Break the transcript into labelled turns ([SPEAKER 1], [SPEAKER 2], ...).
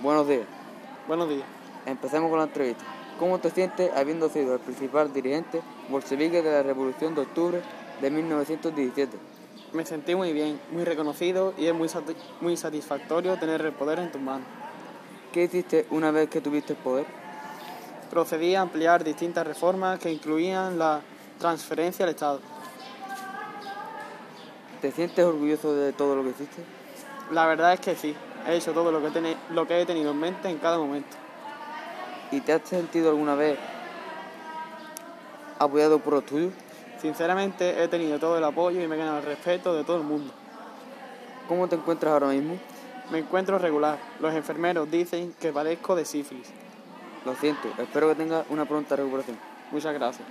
[SPEAKER 1] Buenos días.
[SPEAKER 2] Buenos días.
[SPEAKER 1] Empecemos con la entrevista. ¿Cómo te sientes habiendo sido el principal dirigente bolchevique de la Revolución de Octubre de 1917?
[SPEAKER 2] Me sentí muy bien, muy reconocido y es muy, sati- muy satisfactorio tener el poder en tus manos.
[SPEAKER 1] ¿Qué hiciste una vez que tuviste el poder?
[SPEAKER 2] Procedí a ampliar distintas reformas que incluían la transferencia al Estado.
[SPEAKER 1] ¿Te sientes orgulloso de todo lo que hiciste?
[SPEAKER 2] La verdad es que sí, he hecho todo lo que, teni- lo que he tenido en mente en cada momento.
[SPEAKER 1] ¿Y te has sentido alguna vez apoyado por los tuyos?
[SPEAKER 2] Sinceramente he tenido todo el apoyo y me he ganado el respeto de todo el mundo.
[SPEAKER 1] ¿Cómo te encuentras ahora mismo?
[SPEAKER 2] Me encuentro regular. Los enfermeros dicen que padezco de sífilis.
[SPEAKER 1] Lo siento, espero que tengas una pronta recuperación.
[SPEAKER 2] Muchas gracias.